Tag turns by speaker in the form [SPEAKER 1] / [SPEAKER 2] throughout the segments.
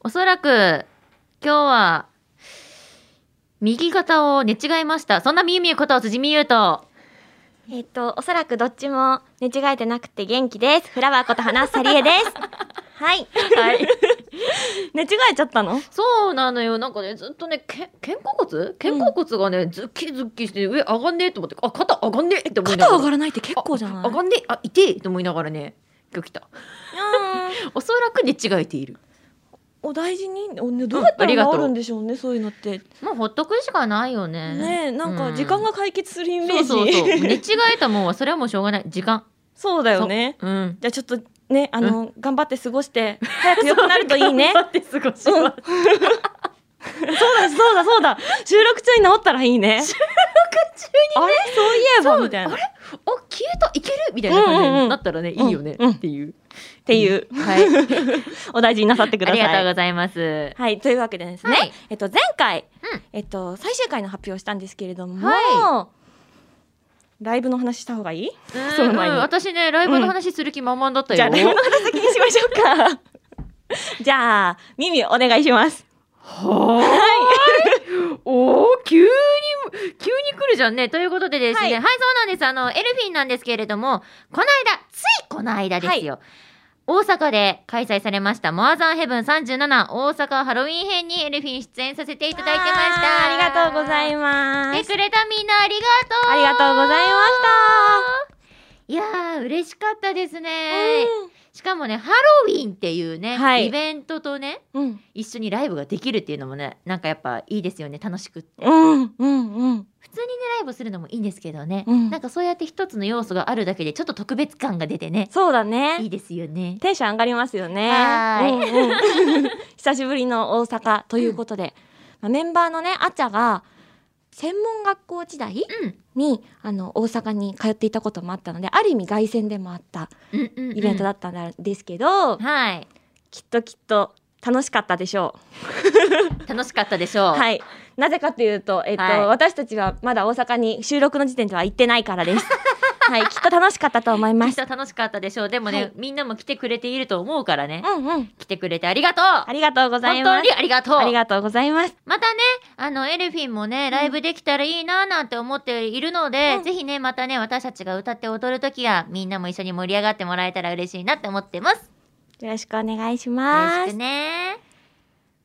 [SPEAKER 1] おそらく今日は右肩を寝違えましたそんなみゆみゆこと辻みゆと
[SPEAKER 2] えっと、おそらくどっちも寝違えてなくて元気です。フラワーこと花さりえ です。はい。
[SPEAKER 1] はい。
[SPEAKER 2] 寝違えちゃったの
[SPEAKER 1] そうなのよなんかねずっとねけ肩甲骨肩甲骨がねズッキズッキして上上がんねえと思ってあ肩上がんねえって思いなが
[SPEAKER 2] 肩
[SPEAKER 1] ら
[SPEAKER 2] 上がらないって結構じゃない
[SPEAKER 1] あ上がんねえあ痛えと思いながらね今日来た
[SPEAKER 2] うん
[SPEAKER 1] おそらく寝違えている
[SPEAKER 2] お大事に、おね、どうやった
[SPEAKER 1] ありが
[SPEAKER 2] ら
[SPEAKER 1] とう
[SPEAKER 2] 治るんでしょうね、そういうのって。
[SPEAKER 1] もうほっとくしかないよね
[SPEAKER 2] ねえ、なんか時間
[SPEAKER 1] が
[SPEAKER 2] が解決するイメー
[SPEAKER 1] そう
[SPEAKER 2] ジ。
[SPEAKER 1] そうそう 寝違えたもんはそれはもうしょうがない時間
[SPEAKER 2] そうだよね。
[SPEAKER 1] うん
[SPEAKER 2] じゃあちょっとね、あの、頑張って過ごして、早く良くなるといいね。
[SPEAKER 1] 頑張って過ごします、
[SPEAKER 2] うん そうだ、そうだ、そうだ。収録中に治ったらいいね。収録中にね。あれそういえば、みたいな。
[SPEAKER 1] あ
[SPEAKER 2] っ
[SPEAKER 1] れお消えたいけるみたいな感じ
[SPEAKER 2] うんうんうん
[SPEAKER 1] になったらね、いいよね、
[SPEAKER 2] うんうん
[SPEAKER 1] っていう。
[SPEAKER 2] ていう。
[SPEAKER 1] はい。
[SPEAKER 2] お大事になさってくだ
[SPEAKER 1] あ
[SPEAKER 2] さ
[SPEAKER 1] り
[SPEAKER 2] い。
[SPEAKER 1] がとうございます。
[SPEAKER 2] はい、というわけでですね、
[SPEAKER 1] はい
[SPEAKER 2] えっと、前回、
[SPEAKER 1] うん
[SPEAKER 2] えっと、最終回の発表をしたんですけれども、
[SPEAKER 1] は
[SPEAKER 2] ライブの話した方がいい
[SPEAKER 1] うん
[SPEAKER 2] その前に
[SPEAKER 1] うん私ね、ライブの話する気満々だった
[SPEAKER 2] じゃ
[SPEAKER 1] よ。
[SPEAKER 2] あ、ライブの話先にしましょ うか。じゃあ、ミミお願いします。
[SPEAKER 1] はーい。 おお、急に、急に来るじゃんね。ということでですね、はい
[SPEAKER 2] は
[SPEAKER 1] い、そうなんです。あの、エルフィンなんですけれども、この間、ついこの間ですよ。大阪で開催されました、モアザンヘブン37大阪ハロウィン編にエルフィン出演させていただいてました。
[SPEAKER 2] あーありがとうござい
[SPEAKER 1] ま
[SPEAKER 2] ま
[SPEAKER 1] 来
[SPEAKER 2] す
[SPEAKER 1] て。くれたみんなありがとう。
[SPEAKER 2] ありがとうござい
[SPEAKER 1] いやー嬉しかったですね、
[SPEAKER 2] ま
[SPEAKER 1] しかもねハロウィンっていうね、
[SPEAKER 2] はい
[SPEAKER 1] イベントとね
[SPEAKER 2] した。うん、
[SPEAKER 1] 一緒にライブができるっていうのもねなんかやっぱいいですよね楽しくって
[SPEAKER 2] うん、うん、うん。
[SPEAKER 1] 普通にねライブするのもいいんですけどね、
[SPEAKER 2] うん
[SPEAKER 1] なんかそうやって一つの要素があるだけでちょっと特別感が出てね
[SPEAKER 2] そうだ
[SPEAKER 1] いい
[SPEAKER 2] ね。
[SPEAKER 1] ですよね
[SPEAKER 2] テンション上がりますよね。
[SPEAKER 1] はー
[SPEAKER 2] うんうん 久しぶりの大阪ということで、まあ、メンバーのね、あっちゃが、専門学校時代
[SPEAKER 1] うん
[SPEAKER 2] にあの大阪に通っていたこともあったのである意味凱旋でもあった
[SPEAKER 1] うんうんうん
[SPEAKER 2] イベントだったんですけど、
[SPEAKER 1] はい
[SPEAKER 2] きっときっと楽しかったでしょ
[SPEAKER 1] 楽しかったでしょう
[SPEAKER 2] う。はい、なぜかというと、えっと
[SPEAKER 1] はい
[SPEAKER 2] 私たちはまだ大阪に収録の時点では行ってないか らです。はい、きっと楽しかったと思いま
[SPEAKER 1] 明
[SPEAKER 2] す。
[SPEAKER 1] 日楽しかったでしょうでもね、
[SPEAKER 2] はい
[SPEAKER 1] みんなも来てくれていると思うからね
[SPEAKER 2] うんうん、
[SPEAKER 1] 来てくれてありがとう
[SPEAKER 2] ありがとうござい
[SPEAKER 1] 本
[SPEAKER 2] ま
[SPEAKER 1] 当
[SPEAKER 2] す
[SPEAKER 1] に。ありがとう
[SPEAKER 2] ありがとうございます。
[SPEAKER 1] またね、あの、エルフィンもね、ライブできたらいいなぁなんて思っているので、
[SPEAKER 2] うん
[SPEAKER 1] ぜひね、またね、私たちが歌って踊るときは、みんなも一緒に盛り上がってもらえたら嬉しいなって思ってます。
[SPEAKER 2] よろしくお願いし
[SPEAKER 1] よ
[SPEAKER 2] ま
[SPEAKER 1] ろし
[SPEAKER 2] す。
[SPEAKER 1] くね。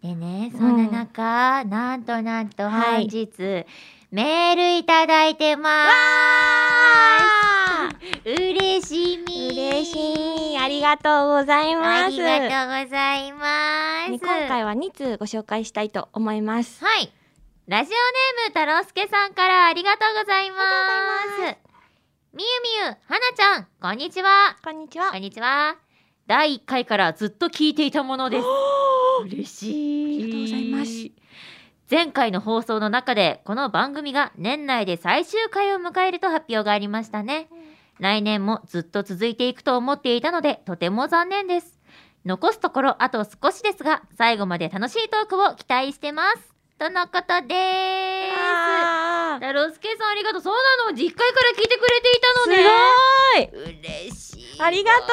[SPEAKER 1] でね、そんな中、なんとなんと
[SPEAKER 2] はい
[SPEAKER 1] 本日、メールいただいてま
[SPEAKER 2] あー
[SPEAKER 1] す。嬉しみ。
[SPEAKER 2] 嬉しい。ありがとうございます。
[SPEAKER 1] ありがとうございます。
[SPEAKER 2] ね、今回は2通ご紹介したいと思います。
[SPEAKER 1] はい。ラジオネーム太郎介さんからありがとうございま
[SPEAKER 2] ありがとうござい
[SPEAKER 1] す。みゆみゆ、はなちゃん、こんにちは。
[SPEAKER 2] こんにちは
[SPEAKER 1] こん。にちは。第一回からずっと聞いていたもの です。嬉しい。
[SPEAKER 2] ありがとうございます。
[SPEAKER 1] 前回の放送の中で、この番組が年内で最終回を迎えると発表がありましたね。来年もずっと続いていくと思っていたので、とても残念です。残すところあと少しですが、最後まで楽しいトークを期待してます。とのことです。
[SPEAKER 2] あー
[SPEAKER 1] だろすけさんありがとう。そうなの、実家から聞いてくれていた
[SPEAKER 2] す
[SPEAKER 1] の
[SPEAKER 2] ご
[SPEAKER 1] ね。
[SPEAKER 2] い
[SPEAKER 1] 嬉しいわ。
[SPEAKER 2] ありがと
[SPEAKER 1] ね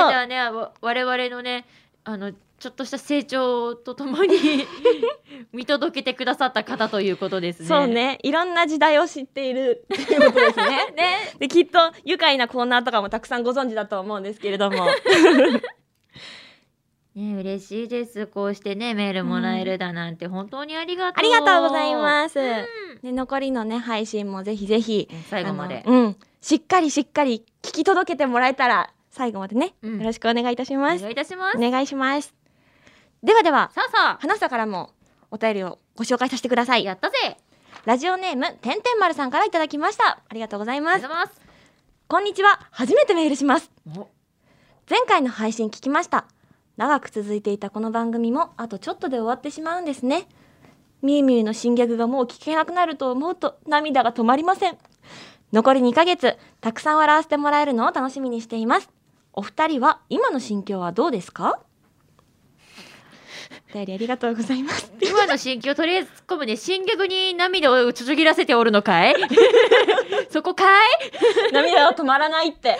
[SPEAKER 1] だ
[SPEAKER 2] う
[SPEAKER 1] からねわ我々のねあのちょっとした成長ととも に見届けてくださった方ということですね。
[SPEAKER 2] そうね、いろんな時代を知っているっていうことですね。
[SPEAKER 1] ね。
[SPEAKER 2] で、きっと愉快なコーナーとかもたくさんご存知だと思うんですけれども。
[SPEAKER 1] ね嬉しいです。こうしてねメールもらえるだなんて本当にありがとう。
[SPEAKER 2] ありがとうござい
[SPEAKER 1] す。
[SPEAKER 2] ます。で、残りのね、配信もぜひぜひ、
[SPEAKER 1] 最後まで
[SPEAKER 2] あ。のうん、しっかりしっかり聞き届けてもらえたら、最後までね、
[SPEAKER 1] うん
[SPEAKER 2] よろしくお願いいたし
[SPEAKER 1] お
[SPEAKER 2] ます。
[SPEAKER 1] 願いいたします
[SPEAKER 2] お。願いします。ではでは、
[SPEAKER 1] さあさ
[SPEAKER 2] 花さからもお便りをご紹介させてくださ
[SPEAKER 1] あ
[SPEAKER 2] い
[SPEAKER 1] や。ったぜ。
[SPEAKER 2] ラジオネーム、てんてんまるさんからいただきました。ありがとうござい
[SPEAKER 1] あ
[SPEAKER 2] ま
[SPEAKER 1] りが。
[SPEAKER 2] す
[SPEAKER 1] とうござい
[SPEAKER 2] こんにちは。初めてメールします。
[SPEAKER 1] ます。お
[SPEAKER 2] 前回の配信聞きました。長く続いていたこの番組も、あとちょっとで終わってしまうんですね。みゆみゆの新ギャグがもう聞けなくなると思うと、涙が止まりません。残り2ヶ月、たくさん笑わせてもらえるのを楽しみにしています。お二人は、今の心境はどうですかお便りありがとうございます。
[SPEAKER 1] 今の心境とりあえず突っ込むね新ギャグに涙をちょちょぎらせておる のかい そこかい
[SPEAKER 2] 涙は止まらないって。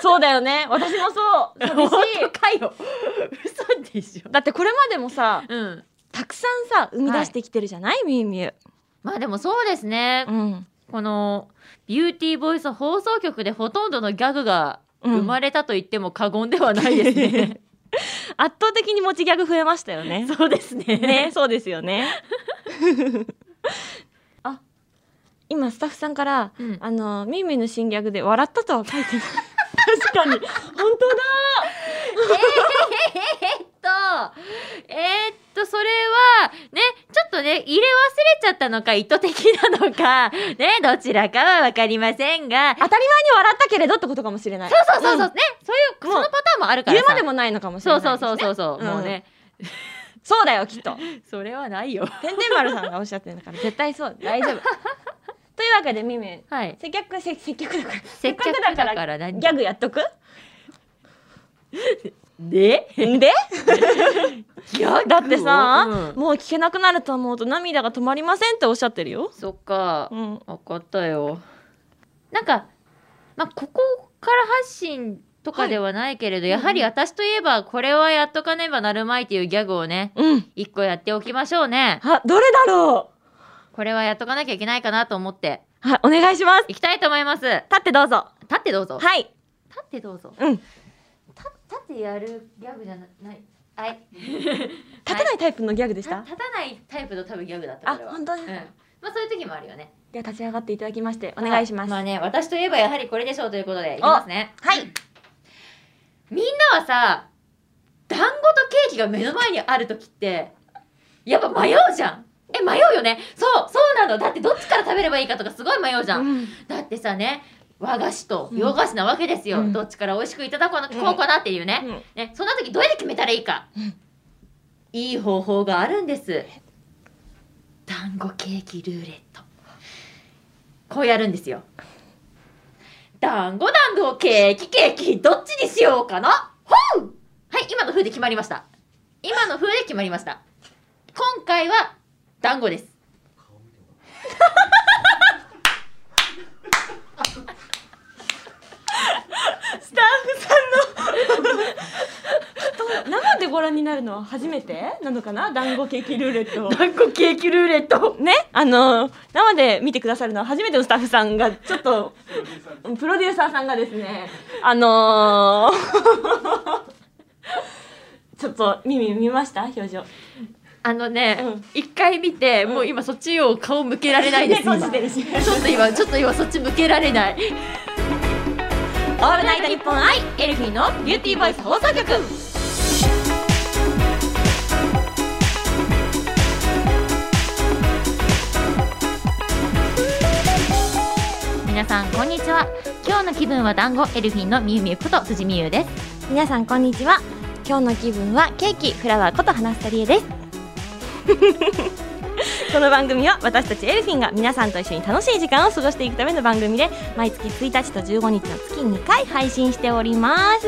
[SPEAKER 2] そうだよね私もそう 寂しい
[SPEAKER 1] かよ嘘でしょ
[SPEAKER 2] だってこれまでもさ
[SPEAKER 1] うん
[SPEAKER 2] たくさんさ生み出してきてるじゃない、みゆみゆ
[SPEAKER 1] まあでもそうですね
[SPEAKER 2] うん、
[SPEAKER 1] このビューティーボイス放送局でほとんどのギャグが生ま
[SPEAKER 2] れ
[SPEAKER 1] れたと言っても過言ではないですね
[SPEAKER 2] 圧倒的に持ちギャグ増えましたよ ね
[SPEAKER 1] そうですね
[SPEAKER 2] ねそうですよね あ今スタッフさんから
[SPEAKER 1] うん
[SPEAKER 2] あのみゆみゆの新ギャグで笑ったとは書い てない確かに本当だ
[SPEAKER 1] えーっと、えーっと、それは、ね、ちょっとね、入れ忘れちゃったのか、意図的なのか、ね、どちらかはわかりませんが、
[SPEAKER 2] 当たり前に笑ったけれどってことかもしれない
[SPEAKER 1] そうそうそうそう、ね、そういう、
[SPEAKER 2] も
[SPEAKER 1] そうのパターンもあるから
[SPEAKER 2] 言
[SPEAKER 1] さ。
[SPEAKER 2] うまでもないのかもしれ
[SPEAKER 1] そ
[SPEAKER 2] な
[SPEAKER 1] う
[SPEAKER 2] いです、
[SPEAKER 1] そ
[SPEAKER 2] ね、
[SPEAKER 1] うそうそうそう、
[SPEAKER 2] うん
[SPEAKER 1] もうね、
[SPEAKER 2] そうだよきっと
[SPEAKER 1] それはないよ。
[SPEAKER 2] てんてん丸さんがおっしゃってるんだから絶対そう大丈夫 というわけでみみ
[SPEAKER 1] はい。
[SPEAKER 2] 接客せ接客だから
[SPEAKER 1] せっかくだから何
[SPEAKER 2] ギャグやっとく
[SPEAKER 1] で
[SPEAKER 2] ん で
[SPEAKER 1] ギャグ
[SPEAKER 2] だってさ、
[SPEAKER 1] うん
[SPEAKER 2] もう聞けなくなると思うと涙が止まりませんっておっしゃってるよ、
[SPEAKER 1] そっか
[SPEAKER 2] う、ん、
[SPEAKER 1] わかったよ。なんか、まあ、ここから発信とかではないけれど、
[SPEAKER 2] い
[SPEAKER 1] やはり私といえば、これはやっとかねばなるまいというギャグをね、
[SPEAKER 2] うん、
[SPEAKER 1] 一個やっておきましょうね。
[SPEAKER 2] あどれだろ
[SPEAKER 1] これはやっとかなきゃいけないかなと思って、
[SPEAKER 2] うはいお願いします
[SPEAKER 1] いきたいと思います。立
[SPEAKER 2] 立ってどうぞ
[SPEAKER 1] ってどうぞ。
[SPEAKER 2] はい
[SPEAKER 1] 立ってどうぞ。
[SPEAKER 2] うん立
[SPEAKER 1] 立立ってやるギャグじゃなない。はい。
[SPEAKER 2] てないタイプのギャグでした、
[SPEAKER 1] 立たないタイプの多分ギャグだった。
[SPEAKER 2] あ
[SPEAKER 1] これは
[SPEAKER 2] 本当で
[SPEAKER 1] う
[SPEAKER 2] す
[SPEAKER 1] ん。
[SPEAKER 2] か、
[SPEAKER 1] まあそういう時もあるよね。
[SPEAKER 2] では立ち上がっていただきましてお願いします、
[SPEAKER 1] まあね、私といえばやはりこれでしょうということで、いきますね。
[SPEAKER 2] はい
[SPEAKER 1] みんなはさ、団子とケーキが目の前にある時って、やっぱ迷うじゃん。え、迷うよね。そう、そうなの。だってどっちから食べればいいかとかすごい迷うじゃん。
[SPEAKER 2] うん
[SPEAKER 1] だってさね和菓子と
[SPEAKER 2] うん
[SPEAKER 1] 洋菓子なわけですよ、
[SPEAKER 2] うん
[SPEAKER 1] どっちから美味しくいただこうなこうかなっていうね,、
[SPEAKER 2] うん
[SPEAKER 1] ねそんな時どうやって決めたらいいか、
[SPEAKER 2] ん
[SPEAKER 1] いい方法があるんです団子ケーキルーレットこうやるんですよ団子団子ケーキケーキどっちにしようかなほうはい今の風で決まりました今の風で決まりました今回は団子です
[SPEAKER 2] スタッフさんの生でご覧になるのは初めてなのかな団子ケーキルーレットを
[SPEAKER 1] 団子ケーキルーレット
[SPEAKER 2] ねあの生で見てくださるのは初めてのスタッフさんがちょっとプロデューサーさんがですねあのーちょっと耳見ました表情
[SPEAKER 1] あのね
[SPEAKER 2] うん、
[SPEAKER 1] 一、回見て、もう今そっちを顔向けられない です。今
[SPEAKER 2] 目閉じてるし
[SPEAKER 1] ちょっと今、ちょっと今そっち向けられない。
[SPEAKER 2] オールナイトニッポンアイエルフィーのビューティーボイス放送局
[SPEAKER 1] 皆さん、こんにちは。今日の気分は団子エルフィンのみゆみゆこと辻みゆです。
[SPEAKER 2] 皆さんこんにちは今日の気分はケーキフラワーこと花スタリエです この番組は私たちエルフィンが皆さんと一緒に楽しい時間を過ごしていくための番組で毎月1日と15日の月2回配信しております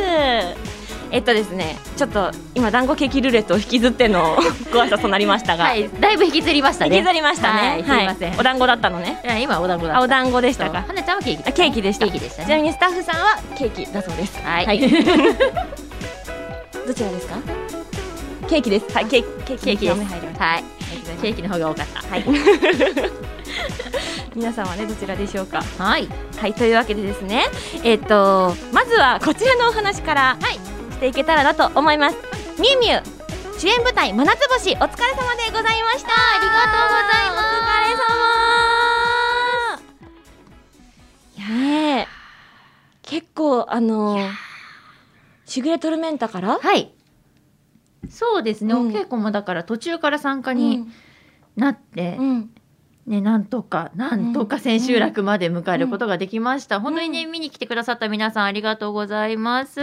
[SPEAKER 2] えっとですねちょっと今団子ケーキルーレットを引きずって のご挨拶となりましたが、
[SPEAKER 1] はい、だいぶ引きずりました
[SPEAKER 2] 引
[SPEAKER 1] ね。
[SPEAKER 2] きずりましたね
[SPEAKER 1] はい、すいません。
[SPEAKER 2] お団子だったのね
[SPEAKER 1] いや今お団子だ
[SPEAKER 2] あお
[SPEAKER 1] った。
[SPEAKER 2] 団子でした
[SPEAKER 1] そう
[SPEAKER 2] か
[SPEAKER 1] 花ちゃんはケーキだ
[SPEAKER 2] あケーキでした
[SPEAKER 1] ケーキでした
[SPEAKER 2] ちなみ
[SPEAKER 1] ね。
[SPEAKER 2] にスタッフさんはケーキだそうです
[SPEAKER 1] はい。
[SPEAKER 2] はい どちらですかケーキですはいケーキケーキ
[SPEAKER 1] ケーキです。
[SPEAKER 2] お目入りました
[SPEAKER 1] はい。ケーキの方が多かった。はい。
[SPEAKER 2] 皆さんはねどちらでしょうか
[SPEAKER 1] はい。
[SPEAKER 2] はいというわけでですねえっ、とまずはこちらのお話から
[SPEAKER 1] はい
[SPEAKER 2] していけたらなと思います、みゆみゆ主演舞台真夏星お疲れ様でございましたありがとうございますお疲れ様いやー結構あのーしぐれトルメンタから
[SPEAKER 1] はい。そうですね、
[SPEAKER 2] うん
[SPEAKER 1] お稽古もだから途中から参加
[SPEAKER 2] う
[SPEAKER 1] に
[SPEAKER 2] ん
[SPEAKER 1] なって、
[SPEAKER 2] うん
[SPEAKER 1] ね、なんとかなんとか千秋楽まで迎えることができました、本当にね、
[SPEAKER 2] う
[SPEAKER 1] 見に来てくださった皆さんありがとうございます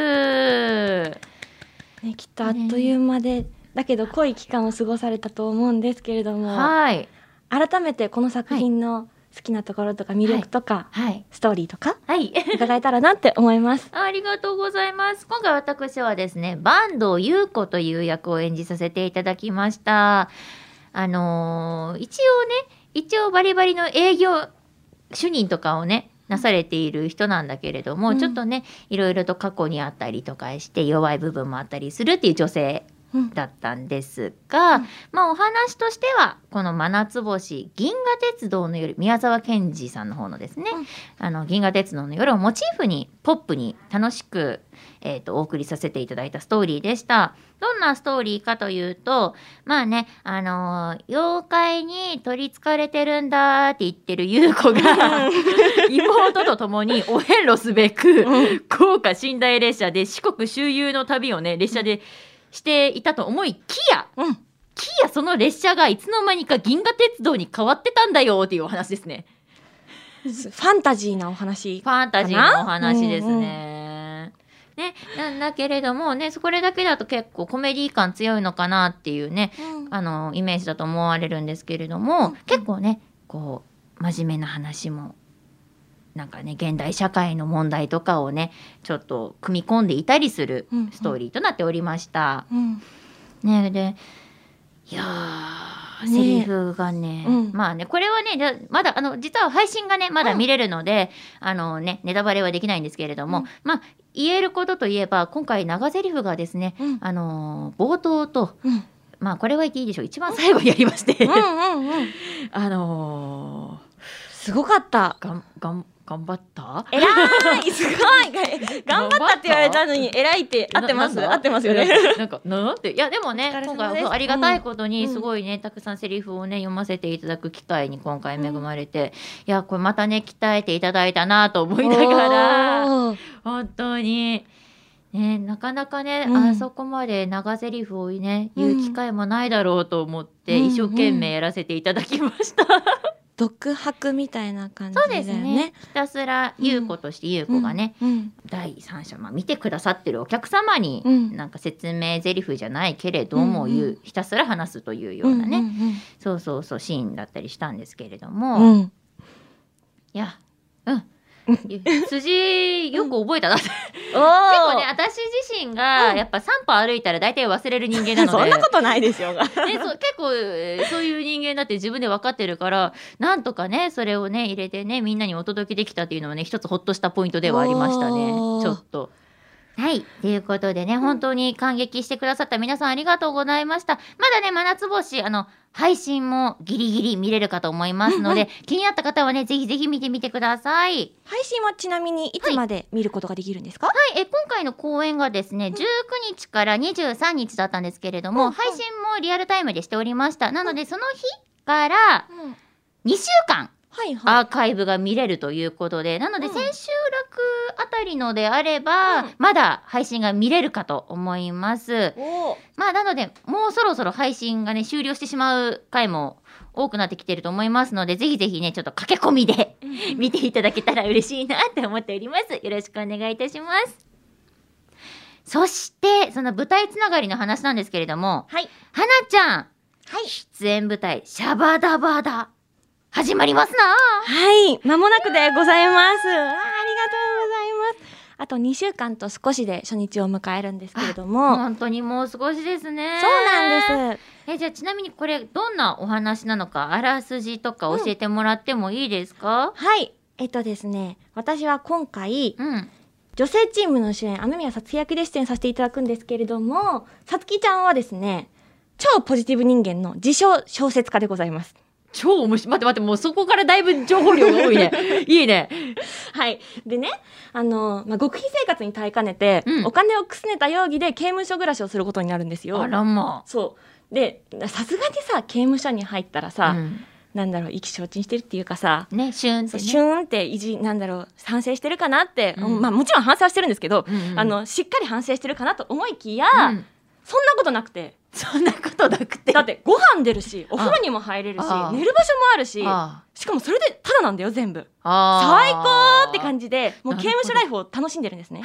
[SPEAKER 2] ね、きっとあっという間で、だけど濃い期間を過ごされたと思うんですけれども
[SPEAKER 1] はい
[SPEAKER 2] 改めてこの作品の好きなところとか魅力とか、
[SPEAKER 1] はい
[SPEAKER 2] ストーリーとか
[SPEAKER 1] はい
[SPEAKER 2] 伺えたらなって思います。
[SPEAKER 1] ありがとうございます今回私はですね坂東優子という役を演じさせていただきましたあのー一応ね一応バリバリの営業主任とかをねなされている人なんだけれども、
[SPEAKER 2] うん
[SPEAKER 1] ちょっとねいろいろと過去にあったりとかして弱い部分もあったりするっていう女性
[SPEAKER 2] うん
[SPEAKER 1] だったんですが、
[SPEAKER 2] うん
[SPEAKER 1] まあお話としてはこの「真夏星銀河鉄道の夜」宮沢賢治さんの方のですね「
[SPEAKER 2] うん
[SPEAKER 1] あの銀河鉄道の夜」をモチーフにポップに楽しく、えー、とお送りさせていただいたストーリーでした。どんなストーリーかというとまあねあのー妖怪に取りつかれてるんだって言ってる優子 が 妹と共にお遍路すべく
[SPEAKER 2] うん
[SPEAKER 1] 高架寝台列車で四国周遊の旅をね列車でしていたと思いきや
[SPEAKER 2] うん
[SPEAKER 1] きやその列車がいつの間にか銀河鉄道に変わってたんだよっていうお話ですね。
[SPEAKER 2] ファンタジーなお話
[SPEAKER 1] ファンタジーのお話ですね。ね、なんだけれどもねそれだけだと結構コメディ感強いのかなっていうね
[SPEAKER 2] うん
[SPEAKER 1] あのイメージだと思われるんですけれども、結構ねこう真面目な話もなんかね現代社会の問題とかをねちょっと組み込んでいたりする
[SPEAKER 2] うんうん
[SPEAKER 1] ストーリーとなっておりました。
[SPEAKER 2] うん
[SPEAKER 1] ねでいやー
[SPEAKER 2] ね
[SPEAKER 1] セリフがね、
[SPEAKER 2] うん
[SPEAKER 1] まあねこれはねだまだあの実は配信がねまだ見れるので、あのねネタバレはできないんですけれども、
[SPEAKER 2] うん
[SPEAKER 1] まあ言えることといえば今回長セリフがですね
[SPEAKER 2] うん
[SPEAKER 1] あのー冒頭と
[SPEAKER 2] うん
[SPEAKER 1] まあこれは言っていいでしょう一番最後にやりまして、
[SPEAKER 2] うんうんうん
[SPEAKER 1] あの
[SPEAKER 2] すごかった
[SPEAKER 1] ー、がんがん頑張った
[SPEAKER 2] 偉いすごい頑張ったって言われたのに偉いって合ってます
[SPEAKER 1] ななん
[SPEAKER 2] 合
[SPEAKER 1] だ
[SPEAKER 2] ってますよね
[SPEAKER 1] なんかなんっていやでもね
[SPEAKER 2] お疲れ様
[SPEAKER 1] 今回は
[SPEAKER 2] です
[SPEAKER 1] そうありがたいことに
[SPEAKER 2] うん
[SPEAKER 1] すごいね、たくさんセリフをね読ませていただく機会に今回恵まれて、いやこれまたね鍛えていただいたなと思いながら
[SPEAKER 2] おー
[SPEAKER 1] 本当に。ね、なかなかね、
[SPEAKER 2] うん
[SPEAKER 1] あそこまで長セリフをね言う機会もないだろうと思って、
[SPEAKER 2] うん
[SPEAKER 1] 一生懸命やらせていただきました。
[SPEAKER 2] 独白みたいな感じ
[SPEAKER 1] そう
[SPEAKER 2] だ
[SPEAKER 1] で
[SPEAKER 2] よ
[SPEAKER 1] すね
[SPEAKER 2] ね。
[SPEAKER 1] ひたすら優子として優子がね、
[SPEAKER 2] うん
[SPEAKER 1] 第三者、まあ、見てくださってるお客様に、
[SPEAKER 2] うん
[SPEAKER 1] なんか説明台詞じゃないけれども、
[SPEAKER 2] うんうん
[SPEAKER 1] 言うひたすら話すというようなね、
[SPEAKER 2] ね
[SPEAKER 1] そうそうそうシーンだったりしたんですけれど
[SPEAKER 2] う
[SPEAKER 1] も、い
[SPEAKER 2] ん
[SPEAKER 1] や うん。辻よく覚えたな、結
[SPEAKER 2] お
[SPEAKER 1] 構ね
[SPEAKER 2] ー
[SPEAKER 1] 私自身が
[SPEAKER 2] うん
[SPEAKER 1] やっぱ3歩歩いたら大体忘れる人間なので
[SPEAKER 2] そんなことないです よ が
[SPEAKER 1] ね、そう結構えーそういう人間だって自分で分かってるからなんとかねそれをね入れてねみんなにお届けできたっていうのはね一つほっとしたポイントではありましたね
[SPEAKER 2] おー
[SPEAKER 1] ちょっと。はい。ということでね、本当に感激してくださった皆さんありがとうございました。まだね、真夏星、あの、配信もギリギリ見れるかと思いますので、気になった方はね、ぜひぜひ見てみてください。
[SPEAKER 2] 配信はちなみにいつまで見ることができるんですか
[SPEAKER 1] はい、え今回の公演がですね、19日から23日だったんですけれども、
[SPEAKER 2] うんうん
[SPEAKER 1] 配信もリアルタイムでしておりました。なので、その日から
[SPEAKER 2] うん
[SPEAKER 1] 2週間
[SPEAKER 2] はいはい
[SPEAKER 1] アーカイブが見れるということで、なので
[SPEAKER 2] うん
[SPEAKER 1] 千秋楽あたりのであれば、
[SPEAKER 2] うん
[SPEAKER 1] まだ配信が見れるかと思います。
[SPEAKER 2] おー
[SPEAKER 1] まあ、なので、もうそろそろ配信がね、終了してしまう回も多くなってきてると思いますので、ぜひぜひね、ちょっと駆け込みで 見ていただけたら嬉しいなって思っております。よろしくお願いいたします。そして、その舞台つながりの話なんですけれども、
[SPEAKER 2] はい
[SPEAKER 1] はなちゃん、
[SPEAKER 2] はい
[SPEAKER 1] 出演舞台、シャバダバダ、始まりますな
[SPEAKER 2] はい、まもなくでございます。あありがとうございます。あと2週間と少しで初日を迎えるんですけれども、そう
[SPEAKER 1] 本当にもう少しですね。す。
[SPEAKER 2] なんです。
[SPEAKER 1] え、じゃあちなみにこれどんなお話なのか、あらすじとか教えてもらってもいいですか、
[SPEAKER 2] はい、えっとですね、私は今回、
[SPEAKER 1] うん、
[SPEAKER 2] 女性チームの主演、雨宮さつき役で出演させていただくんですけれども、さつきちゃんはですね、超ポジティブ人間の自称小説家でございます。
[SPEAKER 1] 超面白い。待って待って、もうそこからだいぶ情報量が多い ね。いいね。
[SPEAKER 2] はい。でね、あの、まあ、極秘生活に耐えかねて、
[SPEAKER 1] うん
[SPEAKER 2] お金をくすねた容疑で刑務所暮らしをすることになるんですよ。
[SPEAKER 1] あらま
[SPEAKER 2] そうでさすがにさ刑務所に入ったら
[SPEAKER 1] あ。
[SPEAKER 2] さ、
[SPEAKER 1] うん
[SPEAKER 2] なんだろう意気消沈してるっていうかさ、
[SPEAKER 1] ね、シュンって
[SPEAKER 2] そう
[SPEAKER 1] ね。
[SPEAKER 2] シューンって意地なんだろう反省してるかなって、
[SPEAKER 1] うん
[SPEAKER 2] まあ、もちろん反省はしてるんですけど、
[SPEAKER 1] うんうん
[SPEAKER 2] あのしっかり反省してるかなと思いきや、
[SPEAKER 1] うん
[SPEAKER 2] そんなことなくて
[SPEAKER 1] そんなことなくて。
[SPEAKER 2] だってご飯出るしお風呂にも入れるし
[SPEAKER 1] ああ
[SPEAKER 2] 寝る場所もあるし
[SPEAKER 1] あ
[SPEAKER 2] しかもそれでただなんだよ全部
[SPEAKER 1] あ。あ
[SPEAKER 2] 最
[SPEAKER 1] 高
[SPEAKER 2] って感
[SPEAKER 1] じ。
[SPEAKER 2] じでもう
[SPEAKER 1] な
[SPEAKER 2] 刑
[SPEAKER 1] るほど
[SPEAKER 2] 務所ライフを楽しんでる んですね。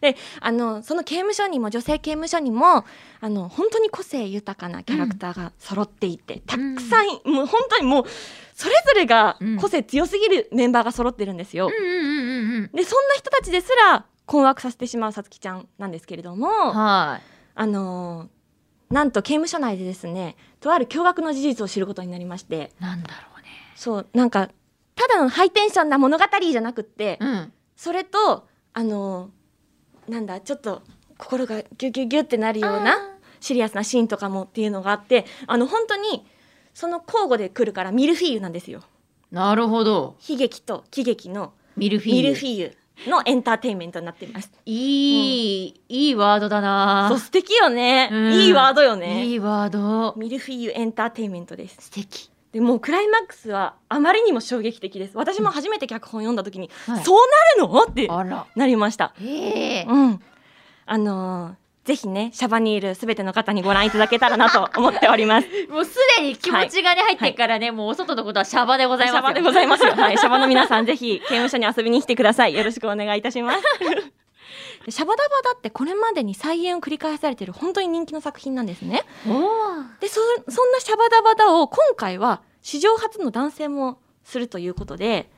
[SPEAKER 2] であのその刑務所にも女性刑務所にもあの本当に個性豊かなキャラクターが揃っていて、たくさん、もう本当にもうそれぞれが
[SPEAKER 1] うん
[SPEAKER 2] 個性強すぎるメンバーが揃ってるんですよ。
[SPEAKER 1] うんうんうんうん
[SPEAKER 2] でそんな人たちですら困惑させてしまうさつきちゃんなんですけれども、
[SPEAKER 1] うん。はい。
[SPEAKER 2] あのーなんと刑務所内でですねとある驚愕の事実を知ることになりまして
[SPEAKER 1] なんだろうね。
[SPEAKER 2] そうなんかただのハイテンションな物語じゃなくって、
[SPEAKER 1] うん
[SPEAKER 2] それとあのなんだちょっと心がギュギュギュってなるよう
[SPEAKER 1] あー
[SPEAKER 2] なシリアスなシーンとかもっていうのがあってあの本当にその交互で来るからミルフィーユなんですよ
[SPEAKER 1] なるほど
[SPEAKER 2] 悲劇と喜劇の
[SPEAKER 1] ミルフィーユ
[SPEAKER 2] ミルフィーユのエンターテインメントになっています
[SPEAKER 1] いい、いいワードだな
[SPEAKER 2] そう素敵よね
[SPEAKER 1] うん
[SPEAKER 2] いいワードよね
[SPEAKER 1] いいワード
[SPEAKER 2] ミルフィーユエンターテインメントです
[SPEAKER 1] 素敵
[SPEAKER 2] でもうクライマックスはあまりにも衝撃的です私も初めて脚本読んだ時に、
[SPEAKER 1] はい
[SPEAKER 2] そうなるのって
[SPEAKER 1] あら
[SPEAKER 2] なりました
[SPEAKER 1] ええ
[SPEAKER 2] うんあのーぜひねシャバにいるすべての方にご覧いただけたらなと思っております
[SPEAKER 1] もうすでに気持ちがね、入ってっからね、もうお外のことはシャバでござい
[SPEAKER 2] シ
[SPEAKER 1] ます
[SPEAKER 2] ャ
[SPEAKER 1] よ
[SPEAKER 2] バでございます よ、はい、シャバの皆さんぜひ刑務所に遊びに来てくださいよろしくお願いいたします でシャバダバだってこれまでに再演を繰り返されてる本当に人気の作品なんですね
[SPEAKER 1] おー
[SPEAKER 2] でそそんなシャバダバダを今回は史上初の男性もするということで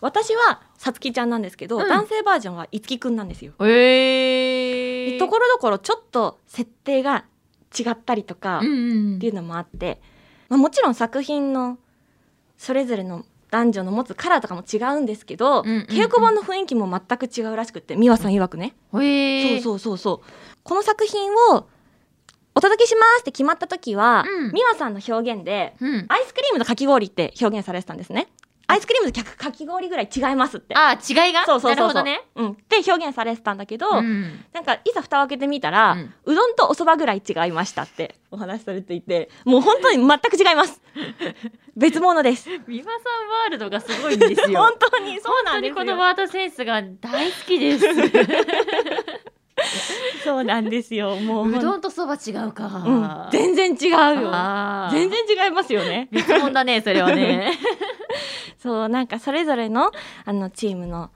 [SPEAKER 2] 私はさつきちゃんなんですけど、
[SPEAKER 1] うん
[SPEAKER 2] 男性バージョンはいつきくんなんですよ。
[SPEAKER 1] ええ
[SPEAKER 2] ところどころちょっと設定が違ったりとか
[SPEAKER 1] うん
[SPEAKER 2] っ
[SPEAKER 1] うん
[SPEAKER 2] ていうのもあって、まあ、もちろん作品のそれぞれの男女の持つカラーとかも違うんですけど、
[SPEAKER 1] うんうんうん
[SPEAKER 2] 稽古場の雰囲気も全く違うらしくって美和さん曰くね。
[SPEAKER 1] え
[SPEAKER 2] そうそうそうそう。この作品をお届けしますって決まった時は、
[SPEAKER 1] うん
[SPEAKER 2] 美和さんの表現で
[SPEAKER 1] う、うん、
[SPEAKER 2] アイスクリームとかき氷って表現されてたんですね。アイスクリームとかかき氷ぐらい違いますって。
[SPEAKER 1] あー違いが
[SPEAKER 2] そうそうそうそう
[SPEAKER 1] なるほどね
[SPEAKER 2] うん。って表現されてたんだけど、
[SPEAKER 1] ん
[SPEAKER 2] なんかいざ蓋を開けてみたら、
[SPEAKER 1] う
[SPEAKER 2] うんどんとお蕎麦ぐらい違いましたってお話しされていて、もう本当に全く違い ます。別物です。
[SPEAKER 1] 美輪さんワールドがすごいんですよ
[SPEAKER 2] 本当にそうな
[SPEAKER 1] 本当に
[SPEAKER 2] んです
[SPEAKER 1] この
[SPEAKER 2] よ。
[SPEAKER 1] ワードセンスが大好き です
[SPEAKER 2] そうなんですよ。もう
[SPEAKER 1] うどんとそば違うか、
[SPEAKER 2] うん、全然違うよ。
[SPEAKER 1] あー
[SPEAKER 2] 全然違いますよね。
[SPEAKER 1] 別物だねそれは ね
[SPEAKER 2] そうなんかそれぞれのあのチームの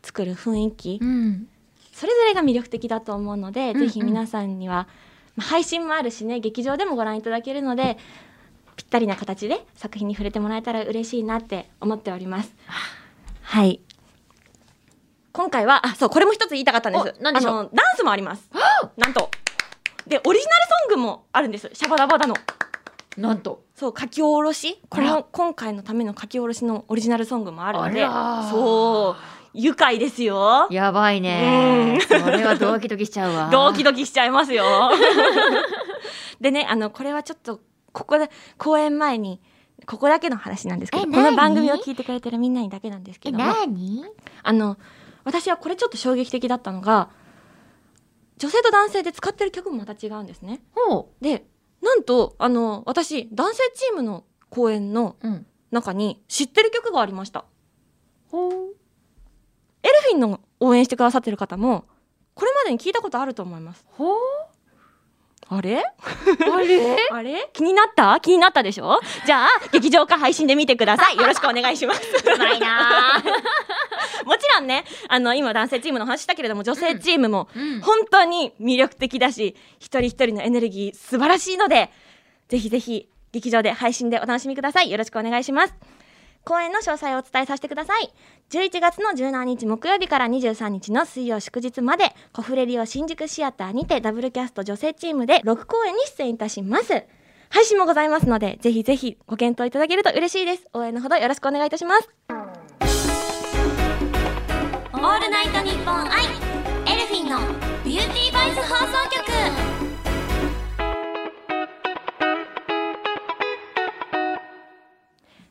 [SPEAKER 2] 作る雰囲気
[SPEAKER 1] うん
[SPEAKER 2] それぞれが魅力的だと思うので、
[SPEAKER 1] うん
[SPEAKER 2] ぜひ皆さんには、まあ、配信もあるしね劇場でもご覧いただけるのでぴったりな形で作品に触れてもらえたら嬉しいなって思っております。はい今回はあそうこれも一つ言いたかったんです
[SPEAKER 1] お何でしょう
[SPEAKER 2] あのダンスもありますなんとでオリジナルソングもあるんですシャバダバダの
[SPEAKER 1] なんと
[SPEAKER 2] そう書き下ろし
[SPEAKER 1] あ
[SPEAKER 2] こ
[SPEAKER 1] ら
[SPEAKER 2] の今回のための書き下ろしのオリジナルソングもあるので
[SPEAKER 1] あら
[SPEAKER 2] そう愉快ですよ
[SPEAKER 1] やばいね
[SPEAKER 2] うん
[SPEAKER 1] それはドキドキしちゃうわ
[SPEAKER 2] ドキドキしちゃいますよ でねあのこれはちょっとここで公演前にここだけの話なんですけど
[SPEAKER 1] え
[SPEAKER 2] こ
[SPEAKER 1] 何
[SPEAKER 2] の番組を聞いてくれてるみんなにだけなんですけ
[SPEAKER 1] え
[SPEAKER 2] ども
[SPEAKER 1] 何
[SPEAKER 2] あの私はこれちょっと衝撃的だったのが女性と男性で使ってる曲もまた違うんですね
[SPEAKER 1] ほ
[SPEAKER 2] でなんとあの私男性チームの公演の
[SPEAKER 1] ううん
[SPEAKER 2] 中に知ってる曲がありました
[SPEAKER 1] ほう
[SPEAKER 2] エルフィンの応援してくださってる方もこれまでに聞いたことあると思います
[SPEAKER 1] ほう
[SPEAKER 2] あれ
[SPEAKER 1] あれ
[SPEAKER 2] あれ気になった気になったでしょじゃあ劇場か配信で見てくださいよろしくお願いし ます
[SPEAKER 1] うまいなー
[SPEAKER 2] もちろんねあの今男性チームの話したけれども女性チームも
[SPEAKER 1] うん
[SPEAKER 2] 本当に魅力的だし一人一人のエネルギー素晴らしいのでぜひぜひ劇場で配信でお楽しみくださいよろしくお願いします公演の詳細をお伝えさせてください11月の17日木曜日から23日の水曜祝日までコフレリオ新宿シアターにてダブルキャスト女性チームで6公演に出演いたします配信もございますのでぜひぜひご検討いただけると嬉しいです応援のほどよろしくお願いいたします
[SPEAKER 3] オールナイトニッポンアイエルフィンのビューティーバイス放送局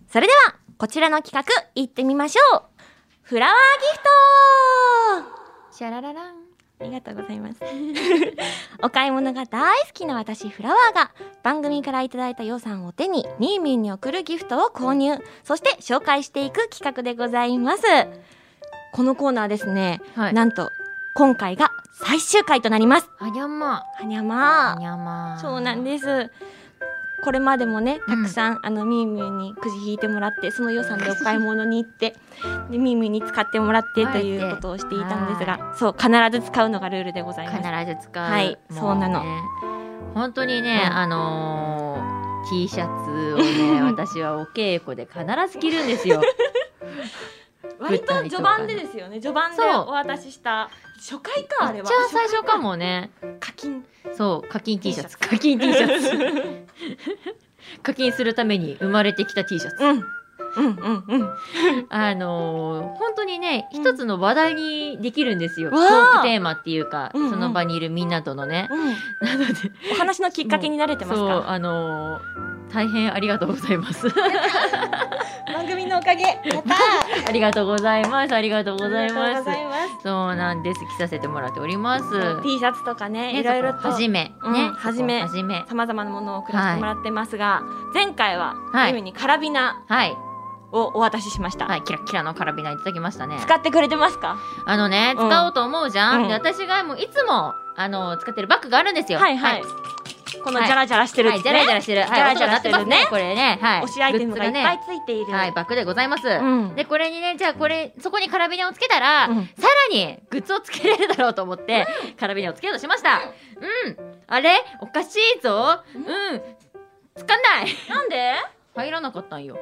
[SPEAKER 2] それではこちらの企画行ってみましょうフラワーギフト
[SPEAKER 1] シャラララン
[SPEAKER 2] ありがとうございます。 お買い物が大好きな私、フラワーが、番組からいただいた予算を手に、みーみーに送るギフトを購入、そして紹介していく企画でございます。このコーナーですね、
[SPEAKER 1] はい
[SPEAKER 2] なんと、今回が最終回となります。
[SPEAKER 1] あにゃんま
[SPEAKER 2] はにゃ
[SPEAKER 1] あ
[SPEAKER 2] ま
[SPEAKER 1] にゃま
[SPEAKER 2] そうなん
[SPEAKER 1] す
[SPEAKER 2] です。これまでもね、
[SPEAKER 1] う
[SPEAKER 2] た
[SPEAKER 1] ん
[SPEAKER 2] くさん、あの、みーみーにくじ引いてもらって、その予算でお買い物に行って、で、みーみーに使ってもらってということをしていたんですが、そう、必ず使うのがルールでございます。
[SPEAKER 1] 必ず使う
[SPEAKER 2] はい
[SPEAKER 1] も
[SPEAKER 2] そうなの
[SPEAKER 1] ね本当にね、
[SPEAKER 2] うん
[SPEAKER 1] あのー T シャツを ね私はお稽古で必ず着るんですよ
[SPEAKER 2] 割と序盤でですよね序盤で
[SPEAKER 1] そう
[SPEAKER 2] お渡しした初回か あ
[SPEAKER 1] 一
[SPEAKER 2] れ
[SPEAKER 1] 番
[SPEAKER 2] は
[SPEAKER 1] 最初かもね
[SPEAKER 2] 課金
[SPEAKER 1] そう課金 T シャツ
[SPEAKER 2] T
[SPEAKER 1] 課金 T シャツ課金するために生まれてきた T シャツ
[SPEAKER 2] うんうんうんうん。わ
[SPEAKER 1] あのー本当にね、
[SPEAKER 2] うん
[SPEAKER 1] 一つの話題にできるんですよ。ト
[SPEAKER 2] わあ
[SPEAKER 1] ークテーマっていうか、
[SPEAKER 2] うんうん
[SPEAKER 1] その場にいるみんなとの ね。
[SPEAKER 2] うん。
[SPEAKER 1] なので、
[SPEAKER 2] お話のきっかけに慣れてます
[SPEAKER 1] そう、
[SPEAKER 2] か。
[SPEAKER 1] あのー大変ありがとうござい ます。
[SPEAKER 2] 番組のおかげ。やったー。
[SPEAKER 1] ありがとうございます。ありがとうござい
[SPEAKER 2] あり
[SPEAKER 1] ま
[SPEAKER 2] がとうご
[SPEAKER 1] す
[SPEAKER 2] ざ。います。
[SPEAKER 1] そうなんです。着させてもらっております。
[SPEAKER 2] T シャツとかね、
[SPEAKER 1] ね
[SPEAKER 2] いろいろ
[SPEAKER 1] そ
[SPEAKER 2] と
[SPEAKER 1] こはじめ、
[SPEAKER 2] うん
[SPEAKER 1] ね、
[SPEAKER 2] はじめ
[SPEAKER 1] そこはじめ。
[SPEAKER 2] さまざまなものを送らせてもらってますが、前回は
[SPEAKER 1] はい
[SPEAKER 2] ゆみにカラビナ
[SPEAKER 1] はい、
[SPEAKER 2] をお渡ししました、
[SPEAKER 1] はい、キラッキラのカラビナいただきましたね。
[SPEAKER 2] 使ってくれてますか
[SPEAKER 1] あのね、
[SPEAKER 2] うん
[SPEAKER 1] 使おうと思うじゃん。
[SPEAKER 2] うん
[SPEAKER 1] で私がもういつも、あの使ってるバッグがあるんですよ。
[SPEAKER 2] はいはい、このジャラジャラしてる
[SPEAKER 1] は
[SPEAKER 2] や
[SPEAKER 1] い、
[SPEAKER 2] つ
[SPEAKER 1] じ
[SPEAKER 2] ね
[SPEAKER 1] ゃらじゃらしてる。はい、
[SPEAKER 2] ジャラジャラしてる
[SPEAKER 1] 音が鳴ってますね。これね、はい。
[SPEAKER 2] 推しアイテムがいっぱい
[SPEAKER 1] グ
[SPEAKER 2] ついてい
[SPEAKER 1] ッズ
[SPEAKER 2] る、
[SPEAKER 1] がねはい、バッグでございます。
[SPEAKER 2] うん
[SPEAKER 1] で、これにね、じゃあこれ、そこにカラビナをつけたら、
[SPEAKER 2] うん
[SPEAKER 1] さらにグッズをつけれるだろうと思って、カラビナをつけようとしました。うん。あれおかしいぞ。うん。つかない。
[SPEAKER 2] なんで
[SPEAKER 1] 入らなかったんよ。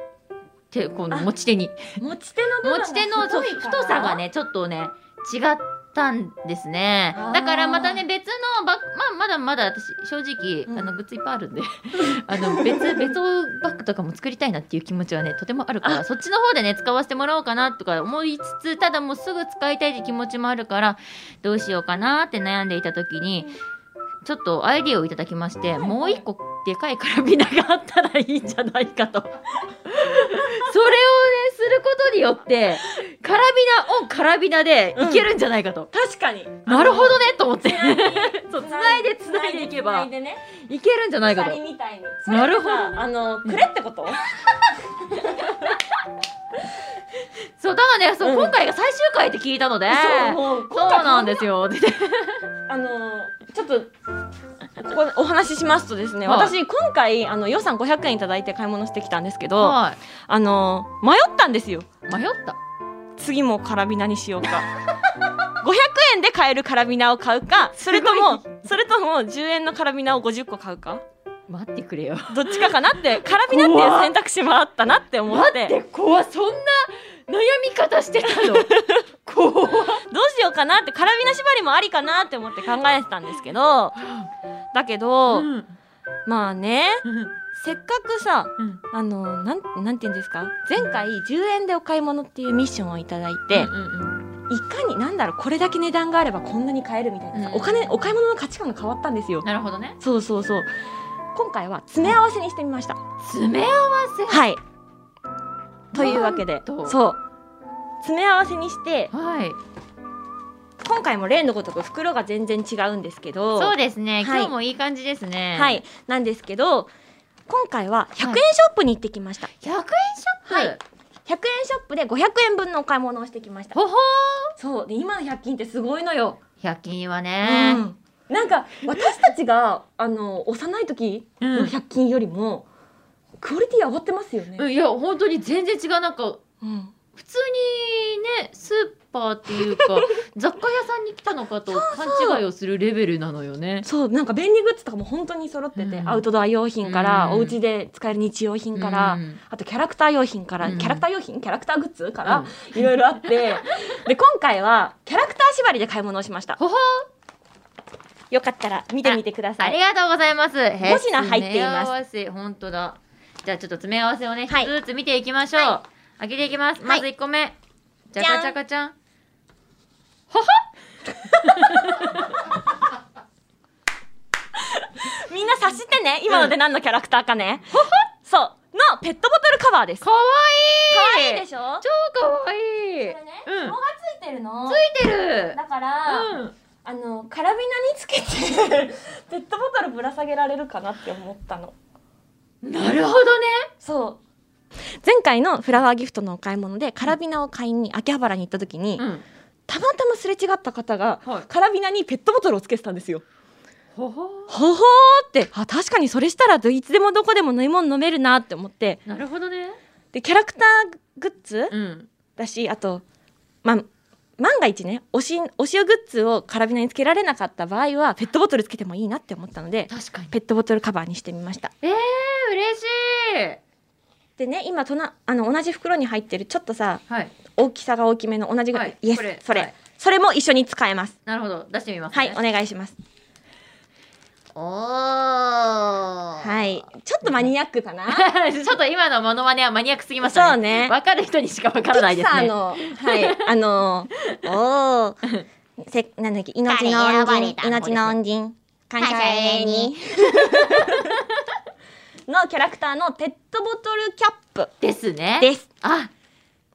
[SPEAKER 1] て、この持ち手に。
[SPEAKER 2] 持ち手の部分
[SPEAKER 1] 持ち手のそう太さがね、ちょっとね、違ったんですね
[SPEAKER 2] あー。
[SPEAKER 1] だからまたね、別のバッグ、まあ、まだまだ私、正直、
[SPEAKER 2] うん
[SPEAKER 1] あの、グッズいっぱいあるんで、 あの、別、別バッグとかも作りたいなっていう気持ちはね、とてもあるから、そっちの方でね、使わせてもらおうかなとか思いつつ、ただもうすぐ使いたいって気持ちもあるから、どうしようかなって悩んでいた時に、ちょっとアイディアをいただきまして、
[SPEAKER 2] はい
[SPEAKER 1] もう一個でかいカラビナがあったらいいんじゃないかと。それをね、することによって、カラビナオンカラビナでいけるんじゃないかと。
[SPEAKER 2] 確か に
[SPEAKER 1] なるほどねと思 って。
[SPEAKER 2] つ
[SPEAKER 1] そう、つない でつないでいけば、
[SPEAKER 2] でね
[SPEAKER 1] いけるんじゃないかと。
[SPEAKER 2] みたいに
[SPEAKER 1] それってさなるほど
[SPEAKER 2] あのくれってこと
[SPEAKER 1] そう、だからね、そう、
[SPEAKER 2] うん
[SPEAKER 1] 今回が最終回って聞いたので、
[SPEAKER 2] う
[SPEAKER 1] そうなんですよ。って言って
[SPEAKER 2] あのちょっとここでお話ししますとですね、
[SPEAKER 1] はい
[SPEAKER 2] 私今回あの予算500円いただいて買い物してきたんですけど、
[SPEAKER 1] は
[SPEAKER 2] あの迷ったんですよ
[SPEAKER 1] い。迷った。
[SPEAKER 2] 次もカラビナにしよ うか500円で買えるカラビナを買うかそれともそれとも10円のカラビナを50個買うか
[SPEAKER 1] 待ってくれよ。
[SPEAKER 2] どっちかかな ってカラビナっていう選択肢もあったなって思
[SPEAKER 1] 待
[SPEAKER 2] っ
[SPEAKER 1] ってて、怖っそんな悩み方してた の怖っ
[SPEAKER 2] どうしようかなってカラビナ縛りもありかなって思って考えてたんですけどだけど、
[SPEAKER 1] うん
[SPEAKER 2] まあねせっかくさ
[SPEAKER 1] うん
[SPEAKER 2] あのなんなんて言うんですか前回10円でお買い物っていうミッションをいただいて、
[SPEAKER 1] うんうんうん
[SPEAKER 2] いかになんだろうこれだけ値段があればこんなに買えるみたいなさ、
[SPEAKER 1] うん
[SPEAKER 2] お金お買い物の価値観が変わったんですよ
[SPEAKER 1] なるほどね。
[SPEAKER 2] そうそうそう今回は詰め合わせにしてみました
[SPEAKER 1] 詰め合わせ。
[SPEAKER 2] はいというわけで
[SPEAKER 1] なんと
[SPEAKER 2] そう詰め合わせにして
[SPEAKER 1] はい。
[SPEAKER 2] 今回も例のごとく袋が全然違うんですけど
[SPEAKER 1] そうですね。
[SPEAKER 2] はい
[SPEAKER 1] 今日もいい感じですね。
[SPEAKER 2] はい。なんですけど今回は100円ショップに行ってきました、
[SPEAKER 1] 100円ショ
[SPEAKER 2] は
[SPEAKER 1] ッ
[SPEAKER 2] い
[SPEAKER 1] プ。
[SPEAKER 2] 100円ショップで500円分のお買い物をしてきました
[SPEAKER 1] ほほ
[SPEAKER 2] そうで今の100均ってすごいのよ
[SPEAKER 1] ー。100均は
[SPEAKER 2] う
[SPEAKER 1] ね。
[SPEAKER 2] んなんか私たちがあの幼い時
[SPEAKER 1] う
[SPEAKER 2] の
[SPEAKER 1] ん
[SPEAKER 2] 100均よりも、クオリティ上がってますよね。
[SPEAKER 1] うんいや本当に全然違うなんか
[SPEAKER 2] うん
[SPEAKER 1] 普通にねスーパーっていう か雑貨屋さんに来たのかと勘違いをするレベルなのよね。
[SPEAKER 2] そうなんか便利グッズとかも本当に揃ってて、
[SPEAKER 1] うん
[SPEAKER 2] アウトドア用品から、
[SPEAKER 1] うん
[SPEAKER 2] お家で使える日用品から、
[SPEAKER 1] うん
[SPEAKER 2] あとキャラクター用品から、
[SPEAKER 1] うん
[SPEAKER 2] キャラクター用品キャラクターグッズから、いろいろあってで今回はキャラクター縛りで買い物をしました
[SPEAKER 1] ほほー。
[SPEAKER 2] よかったら見てみてくださ
[SPEAKER 1] あ
[SPEAKER 2] い
[SPEAKER 1] りがとうございます。
[SPEAKER 2] 5品入っていま
[SPEAKER 1] 詰め合
[SPEAKER 2] す
[SPEAKER 1] わせ、本当だ。じゃあちょっと詰め合わせをね、一
[SPEAKER 2] はい
[SPEAKER 1] つずつ見ていきましょう。
[SPEAKER 2] は
[SPEAKER 1] 開けていきます。
[SPEAKER 2] い
[SPEAKER 1] まず1個目。じゃ
[SPEAKER 2] じゃん
[SPEAKER 1] かじゃかちゃん。ほほ
[SPEAKER 2] みんな察してね今ので何のキャラクターかね、そうのペットボトルカバーです
[SPEAKER 1] かわいい
[SPEAKER 2] 可愛いでしょ
[SPEAKER 1] 超かわいい、
[SPEAKER 2] これね
[SPEAKER 1] うん。
[SPEAKER 2] 紐がついてるの
[SPEAKER 1] ついてる
[SPEAKER 2] だから、
[SPEAKER 1] うん。
[SPEAKER 2] あのカラビナにつけてペットボトルぶら下げられるかなって思ったの
[SPEAKER 1] なるほどね。
[SPEAKER 2] そう前回のフラワーギフトのお買い物でカラビナを買いに秋葉原に行った時に、
[SPEAKER 1] うん。
[SPEAKER 2] たまたますれ違った方が、
[SPEAKER 1] はい
[SPEAKER 2] カラビナにペットボトルをつけてたんですよ
[SPEAKER 1] ほほ
[SPEAKER 2] ほほーってあ確かにそれしたらいつでもどこでも飲み物飲めるなって思って
[SPEAKER 1] なるほどね。
[SPEAKER 2] でキャラクターグッズ
[SPEAKER 1] うん。
[SPEAKER 2] だしあとまあ万が一ねおしお塩グッズをカラビナにつけられなかった場合はペットボトルつけてもいいなって思ったので
[SPEAKER 1] 確かに。
[SPEAKER 2] ペットボトルカバーにしてみました
[SPEAKER 1] えー、嬉しい。
[SPEAKER 2] でね今となあの同じ袋に入ってるちょっとさ
[SPEAKER 1] はい。
[SPEAKER 2] 大きさが大きめの同じぐらい、
[SPEAKER 1] はい
[SPEAKER 2] イエス
[SPEAKER 1] これ
[SPEAKER 2] それ、
[SPEAKER 1] はい
[SPEAKER 2] それも一緒に使えます
[SPEAKER 1] なるほど。出してみます、
[SPEAKER 2] は
[SPEAKER 1] ね。
[SPEAKER 2] いお願いします
[SPEAKER 1] おー。
[SPEAKER 2] はい。ちょっとマニアックかな。
[SPEAKER 1] ちょっと今のモノマネはマニアックすぎましたね。
[SPEAKER 2] そうね
[SPEAKER 1] わかる人にしかわからないです
[SPEAKER 2] ピ
[SPEAKER 1] ね。
[SPEAKER 2] クサーの、はい、あの、おー、せ、なんだっけ、命の
[SPEAKER 3] 彼選ば
[SPEAKER 2] 恩
[SPEAKER 3] れ
[SPEAKER 2] 人、
[SPEAKER 3] た
[SPEAKER 2] 命の恩人、感謝礼に。 のキャラクターのペットボトルキャップ
[SPEAKER 1] ですね。
[SPEAKER 2] です。
[SPEAKER 1] あ、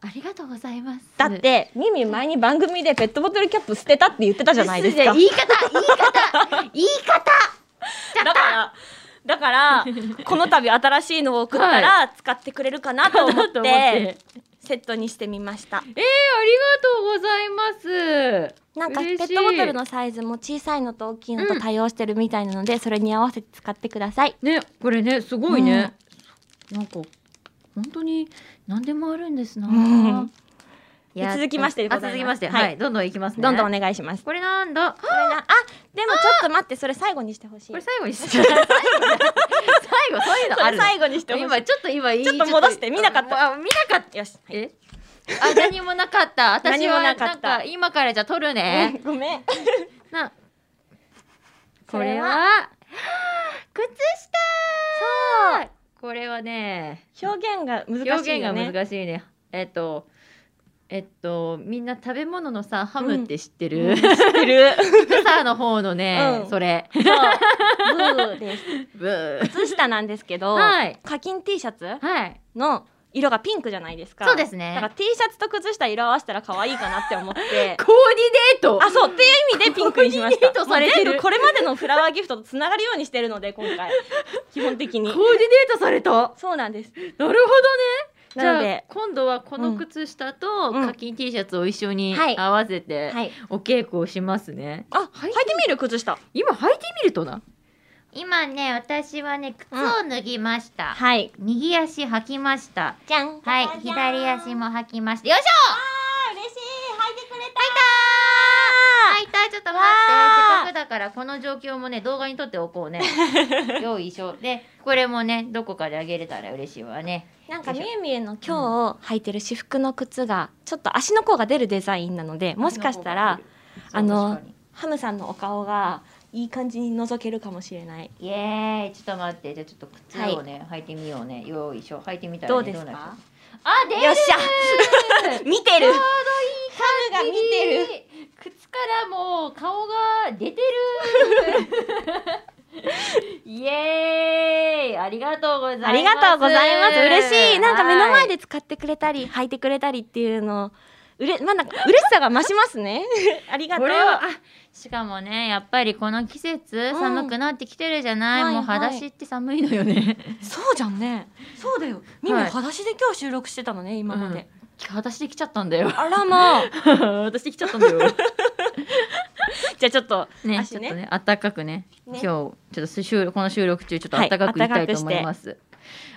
[SPEAKER 1] ありがとうございます。
[SPEAKER 2] だって、ミミ前に番組でペットボトルキャップ捨てたって言ってたじゃないです
[SPEAKER 1] ね
[SPEAKER 2] か。
[SPEAKER 1] 言い方、言い方、言い 方。
[SPEAKER 2] だから、だから、この度新しいのを送ったら使ってくれるかなと思っ
[SPEAKER 1] と思って
[SPEAKER 2] て、セットにしてみました。
[SPEAKER 1] えー、ありがとうございます。
[SPEAKER 2] なんかペ
[SPEAKER 1] 嬉しい
[SPEAKER 2] ットボトルのサイズも小さいのと大きいのと対応してるみたいなので、それに合わせて使ってください。
[SPEAKER 1] ね、これね、すごいね。なんか、本当に何でもあるんですな。
[SPEAKER 2] うん
[SPEAKER 1] いや
[SPEAKER 2] 続きましてでございま
[SPEAKER 1] あ
[SPEAKER 2] す
[SPEAKER 1] 続きまして、
[SPEAKER 2] はい
[SPEAKER 1] はい、どんどんいきますね。
[SPEAKER 2] どんどんお願いします。
[SPEAKER 1] これなんだ。
[SPEAKER 2] これなあでもちょっと待ってそれ最後にしてほしい。
[SPEAKER 1] これ最後にして 最後じゃない最後そういうのあるの
[SPEAKER 2] 最後にしてほしい。
[SPEAKER 1] 今ちょっと今いい
[SPEAKER 2] ちょっと戻して見なかった
[SPEAKER 1] ああ見なかった
[SPEAKER 2] よし。はい
[SPEAKER 1] えあ何もなかった 私
[SPEAKER 2] 何
[SPEAKER 1] は
[SPEAKER 2] も
[SPEAKER 1] な
[SPEAKER 2] なんかった
[SPEAKER 1] か今からじゃあ撮るね
[SPEAKER 2] うんごめん。
[SPEAKER 1] なこ
[SPEAKER 2] そ
[SPEAKER 1] れ
[SPEAKER 2] れは
[SPEAKER 1] は 靴下これはね
[SPEAKER 2] 表現が難しいよね。
[SPEAKER 1] 表現が 難しいねえっとえっとみんな食べ物のさハムって知ってる、
[SPEAKER 2] うん
[SPEAKER 1] ピ
[SPEAKER 2] 知ってる。
[SPEAKER 1] クサーの方のね、
[SPEAKER 2] うん
[SPEAKER 1] それ
[SPEAKER 2] そう。ブーです。
[SPEAKER 1] ブー
[SPEAKER 2] 靴下なんですけど、
[SPEAKER 1] はい
[SPEAKER 2] 課金 T シャツ
[SPEAKER 1] はい
[SPEAKER 2] の色がピンクじゃないですか。
[SPEAKER 1] そうです
[SPEAKER 2] だから
[SPEAKER 1] ね
[SPEAKER 2] T シャツと靴下色合わせたら可愛いかなって思って
[SPEAKER 1] コ。ーディネート
[SPEAKER 2] あ、そうっていう意 味でピンクにしました。
[SPEAKER 1] コーディネートされてる
[SPEAKER 2] もう全部これまでのフラワーギフトとつながるようにしてるので今回基本的
[SPEAKER 1] コー
[SPEAKER 2] に
[SPEAKER 1] ディ。ネートされたなる
[SPEAKER 2] そうなんです。
[SPEAKER 1] ほどねじ
[SPEAKER 2] なの
[SPEAKER 1] ゃあ
[SPEAKER 2] で
[SPEAKER 1] 今度はこの靴下と
[SPEAKER 2] うん
[SPEAKER 1] 課金 T シャツを一緒に
[SPEAKER 2] はい
[SPEAKER 1] 合わせて
[SPEAKER 2] はい。
[SPEAKER 1] お稽古をしますね
[SPEAKER 2] あ、履いてみる靴下。
[SPEAKER 1] 今履いてみるとな今ね私はね靴を脱ぎました、
[SPEAKER 2] はい。
[SPEAKER 1] 右足履きました
[SPEAKER 2] じゃん。
[SPEAKER 1] はい
[SPEAKER 3] じゃん
[SPEAKER 1] 左足も履きましたよいし
[SPEAKER 3] あ嬉しい履いてくれた
[SPEAKER 1] ょ履いたちょっと待
[SPEAKER 2] わ
[SPEAKER 1] ってせっかくだからこの状況もね動画に撮っておこ うねよいしょでこれもねどこかであげれたら嬉しいわね
[SPEAKER 2] なんかみえみえの今日履いてる私服の靴がちょっと足の甲が出るデザインなのでもしかしたらあのハムさんのお顔がいい感じに覗けるかもしれない
[SPEAKER 1] イエーイちょっと待ってじゃあちょっと靴をね、履いてみようねよいしょ履いてみたら、ね、
[SPEAKER 2] どうです
[SPEAKER 1] なる
[SPEAKER 2] か
[SPEAKER 1] あ出る
[SPEAKER 2] よっし ゃ見てる
[SPEAKER 1] ハ
[SPEAKER 2] ハムが見てる
[SPEAKER 1] 靴からもう顔が出てるイエーイありがとうございます
[SPEAKER 2] ありがとうございます嬉しいなんか目の前
[SPEAKER 1] で
[SPEAKER 2] で使ってくれたり履いてくれたりっていうのうれまあなんか嬉しさが増しますね ありがと
[SPEAKER 1] こ
[SPEAKER 2] う
[SPEAKER 1] れはあしかもねやっぱりこの季節
[SPEAKER 2] うん
[SPEAKER 1] 寒くなってきてるじゃない、
[SPEAKER 2] はい
[SPEAKER 1] もう
[SPEAKER 2] はい
[SPEAKER 1] 裸足って寒いのよね
[SPEAKER 2] そうじゃんねそうだよみん
[SPEAKER 1] は
[SPEAKER 2] ない裸足で今日収録してたのね今まで、
[SPEAKER 1] 裸足で来ちゃったん だよ
[SPEAKER 2] あらまあ
[SPEAKER 1] 私来ちゃったんだよ
[SPEAKER 2] じゃあちょっと
[SPEAKER 1] ね、
[SPEAKER 2] 足
[SPEAKER 1] ちょっ
[SPEAKER 2] ね
[SPEAKER 1] とね、暖かくね、今
[SPEAKER 2] ね
[SPEAKER 1] 日、ちょっと収この収録中、ちょっと
[SPEAKER 2] はい
[SPEAKER 1] 暖かくいきたいと思います。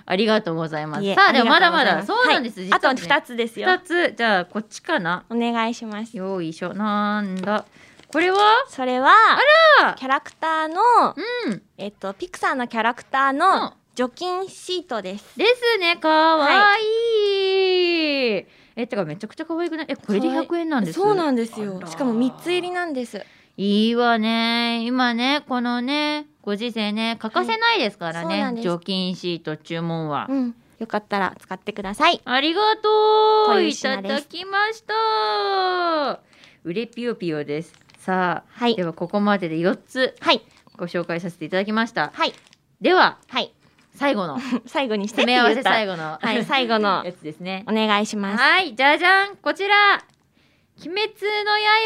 [SPEAKER 1] ありがとうございます。さあ、でもまだまだ、そうなんです。実
[SPEAKER 2] あと
[SPEAKER 1] はね
[SPEAKER 2] 2つですよ
[SPEAKER 1] 二つ、じゃあ、こっちかな。
[SPEAKER 2] お願いします
[SPEAKER 1] よいしょ、なんだ。これは。
[SPEAKER 2] それは
[SPEAKER 1] ら
[SPEAKER 2] キャラクターの
[SPEAKER 1] うん、
[SPEAKER 2] えっとピクサーのキャラクター
[SPEAKER 1] うん
[SPEAKER 2] の除菌シートです
[SPEAKER 1] ですね、かわいい。え、てか、めちゃくちゃ可愛くない。え、これで
[SPEAKER 2] 可愛い
[SPEAKER 1] 100円なんです。
[SPEAKER 2] そうなんです
[SPEAKER 1] あ
[SPEAKER 2] よ
[SPEAKER 1] ら
[SPEAKER 2] しかも3つ入りなんです
[SPEAKER 1] いいわね。今ね、このね、ご時世ね、欠かせないですから
[SPEAKER 2] はいそうなん
[SPEAKER 1] ね。
[SPEAKER 2] です
[SPEAKER 1] 除菌シート注文は。
[SPEAKER 2] うんよかったら使ってください
[SPEAKER 1] ありがと
[SPEAKER 2] と
[SPEAKER 1] う
[SPEAKER 2] いう
[SPEAKER 1] い
[SPEAKER 2] 品
[SPEAKER 1] た
[SPEAKER 2] です
[SPEAKER 1] だきましたうれぴよぴよですさあ、
[SPEAKER 2] はい
[SPEAKER 1] ではここまでで4つ
[SPEAKER 2] はい
[SPEAKER 1] ご紹介させていただきました
[SPEAKER 2] はい
[SPEAKER 1] では
[SPEAKER 2] はい
[SPEAKER 1] 最後の
[SPEAKER 2] 最後にして
[SPEAKER 1] 詰
[SPEAKER 2] って
[SPEAKER 1] め合わせ
[SPEAKER 2] 言った
[SPEAKER 1] 最後の、
[SPEAKER 2] はい最後 の
[SPEAKER 1] やつですね
[SPEAKER 2] お願いします
[SPEAKER 1] はいじゃじゃんこちら鬼滅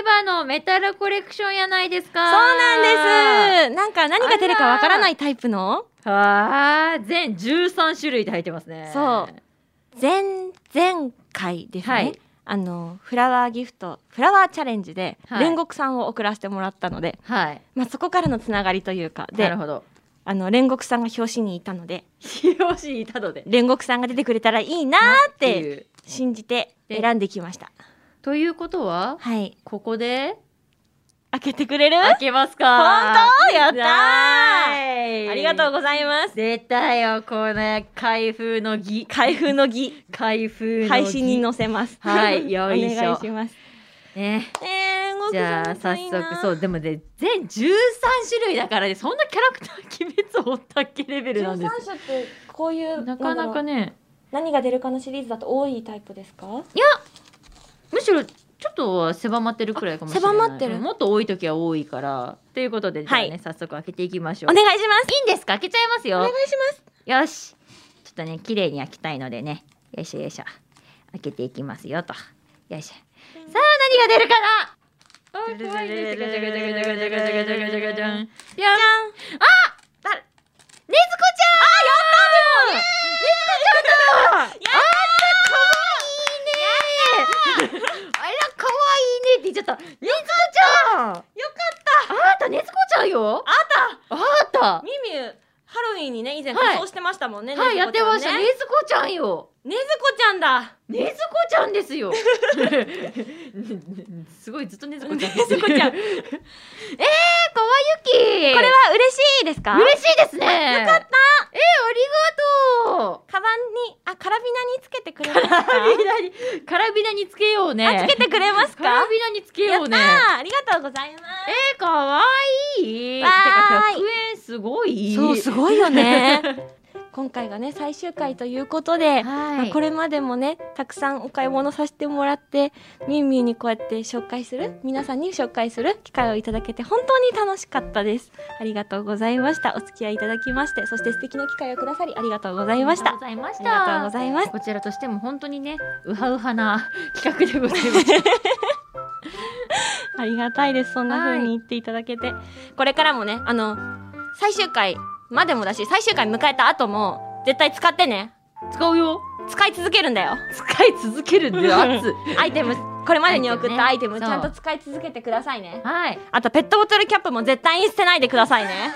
[SPEAKER 1] の刃のメタルコレクションやないですか
[SPEAKER 2] そうなんですなんか何が出るかわからないタイプの
[SPEAKER 1] はあ全13種類で入ってますね
[SPEAKER 2] そう前前回ですね、
[SPEAKER 1] はい
[SPEAKER 2] あのフラワーギフトフラワーチャレンジで
[SPEAKER 1] はい
[SPEAKER 2] 煉獄さんを送らせてもらったので、
[SPEAKER 1] はい
[SPEAKER 2] まあ、そこからのつながりというか
[SPEAKER 1] な
[SPEAKER 2] で
[SPEAKER 1] るほ ど
[SPEAKER 2] あの煉獄さんが表紙にいたので
[SPEAKER 1] 広しいたどで
[SPEAKER 2] 煉獄さんが出てくれたらいいなー
[SPEAKER 1] っ
[SPEAKER 2] っ
[SPEAKER 1] て
[SPEAKER 2] て
[SPEAKER 1] いう
[SPEAKER 2] 信じて
[SPEAKER 1] で
[SPEAKER 2] 選んできました
[SPEAKER 1] ということは
[SPEAKER 2] はい
[SPEAKER 1] ここで
[SPEAKER 2] 開けてくれる
[SPEAKER 1] 開けますか
[SPEAKER 2] 本当やったー
[SPEAKER 1] ー
[SPEAKER 2] ありがとうございます
[SPEAKER 1] 出たよこれ開封の儀
[SPEAKER 2] 開封の儀
[SPEAKER 1] 開封の儀
[SPEAKER 2] 配信に載せます
[SPEAKER 1] はいよいしょ
[SPEAKER 2] お願いします
[SPEAKER 1] ね
[SPEAKER 2] えー、煉獄
[SPEAKER 1] じゃあ
[SPEAKER 2] さん
[SPEAKER 1] 早
[SPEAKER 2] 強いな
[SPEAKER 1] 速そうでもね全13種類だからねそんなキャラクター鬼滅と追ったっけレベルなん
[SPEAKER 2] 13
[SPEAKER 1] です
[SPEAKER 2] 種ってこういう
[SPEAKER 1] なかなか
[SPEAKER 2] ね
[SPEAKER 1] ね
[SPEAKER 2] 何が出るかのシリーズだと多いタイプですか
[SPEAKER 1] むしろちょっとは狭まってるくらいかもしれない
[SPEAKER 2] あ狭まってる
[SPEAKER 1] うんもっと多い時は多いからということでじゃあね、
[SPEAKER 2] は
[SPEAKER 1] 早速開けていきましょ
[SPEAKER 2] お
[SPEAKER 1] うい
[SPEAKER 2] 願いします
[SPEAKER 1] いんですか開けちゃいます
[SPEAKER 2] お
[SPEAKER 1] よ
[SPEAKER 2] します
[SPEAKER 1] よしちょっとね綺麗に開きたいのでねよいしょよいしょ開けていきますよとよいしょさあ何が出るかな
[SPEAKER 2] あ
[SPEAKER 1] じゃ
[SPEAKER 2] 怖いね
[SPEAKER 1] じゃじゃじゃじゃじゃじゃじゃじゃじゃじゃじゃじゃん
[SPEAKER 2] じゃん
[SPEAKER 1] ねずこちゃんあやったでもねずこちゃんだやったかわいいねあらかわいいねって言っちゃったねずこちゃんよかったあなたねずこちゃんよあったあな
[SPEAKER 2] ミミューハロウィンにね以前
[SPEAKER 1] はい
[SPEAKER 2] 仮装してましたもんね、
[SPEAKER 1] たはいや
[SPEAKER 2] ね
[SPEAKER 1] っ
[SPEAKER 2] ずこち
[SPEAKER 1] て
[SPEAKER 2] ゃんね
[SPEAKER 1] ましたねずこちゃんよ
[SPEAKER 2] ねずこちゃんだ
[SPEAKER 1] ねずこちゃんです よすごいずっとねずこちゃん
[SPEAKER 2] ねずこちゃ
[SPEAKER 1] え
[SPEAKER 2] ん
[SPEAKER 1] ー、かわゆき
[SPEAKER 2] これは嬉しいですか
[SPEAKER 1] 嬉しいですねよかったえー、ありがとう
[SPEAKER 2] カバンにあカラビナにつけてくれますか
[SPEAKER 1] カラビナに、カラビナにつけようね。
[SPEAKER 2] あつけてくれます
[SPEAKER 1] カラ
[SPEAKER 2] か
[SPEAKER 1] ビナにつけ
[SPEAKER 2] や
[SPEAKER 1] よ
[SPEAKER 2] っ
[SPEAKER 1] う
[SPEAKER 2] た
[SPEAKER 1] ね。
[SPEAKER 2] ーありがとうございます
[SPEAKER 1] えー、かわいい。て
[SPEAKER 2] わ
[SPEAKER 1] か
[SPEAKER 2] ー
[SPEAKER 1] 100
[SPEAKER 2] い
[SPEAKER 1] 円すごい。
[SPEAKER 2] そうすごいよ ね今回がね最終回ということで、
[SPEAKER 1] はい。
[SPEAKER 2] これまでもねたくさんお買い物させてもらってみんみんにこうやって紹介する皆さんに紹介する機会をいただけて本当に楽しかったですありがとうございましたお付き合いいただきましてそして素敵な機会をくださりありがとうございました
[SPEAKER 1] ありがとうございまし
[SPEAKER 2] あり
[SPEAKER 1] た。
[SPEAKER 2] がとうございます
[SPEAKER 1] こちらとしても本当にね、うはうはな企画でござい ます。
[SPEAKER 2] ありがたいですそんな風に言っていただけて、これからもねあの最終回までもだし最終回迎えた後も絶対使ってね
[SPEAKER 1] 使うよ。
[SPEAKER 2] 使い続けるんだよ
[SPEAKER 1] 使い続けるんだよ、圧。
[SPEAKER 2] アイテムこれまでに送った
[SPEAKER 1] ア
[SPEAKER 2] ア
[SPEAKER 1] イ
[SPEAKER 2] イ
[SPEAKER 1] テ
[SPEAKER 2] テ
[SPEAKER 1] ム
[SPEAKER 2] ム
[SPEAKER 1] ね
[SPEAKER 2] ちゃんと使い続けてくださいね
[SPEAKER 1] はい。
[SPEAKER 2] あとペットボトルキャップも絶対に捨てないでくださいね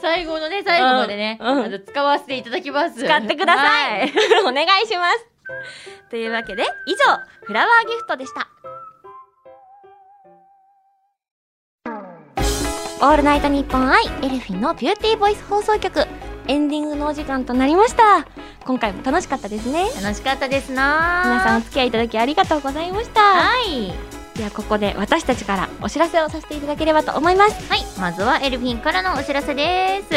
[SPEAKER 1] 最後のね、最後までね、
[SPEAKER 2] うんうん
[SPEAKER 1] あの使わせていただきます。
[SPEAKER 2] 使ってください、
[SPEAKER 1] は
[SPEAKER 2] お願いしますというわけで以上フラワーギフトでしたオールナイトニッポンアイエルフィンのビューティーボイス放送局エンディングのお時間となりました今回も楽しかったですね
[SPEAKER 1] 楽しかったですな
[SPEAKER 2] 皆さんお付き合いいただきありがとうございました
[SPEAKER 1] はい。
[SPEAKER 2] ではここで私たちからお知らせをさせていただければと思います
[SPEAKER 1] はい、まずはエルフィンからのお知らせです。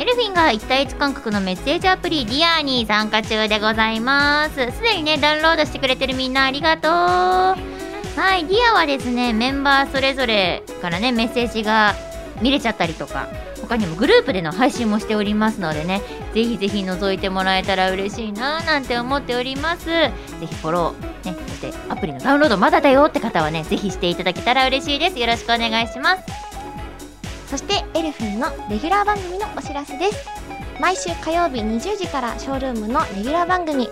[SPEAKER 1] エルフィンが一対一感覚のメッセージアプリディアーに参加中でございます。すでにね、ダウンロードしてくれてるみんなありがとう。はい、ディアはですね、メンバーそれぞれからね、メッセージが見れちゃったりとか、他にもグループでの配信もしておりますのでね、ぜひぜひ覗いてもらえたら嬉しいなぁなんて思っております。ぜひフォロー、ね、そしてアプリのダウンロードまだだよって方はね、ぜひしていただけたら嬉しいです。よろしくお願いします。
[SPEAKER 2] そしてエルフィンのレギュラー番組のお知らせです毎週火曜日20時からショールームのレギュラー番組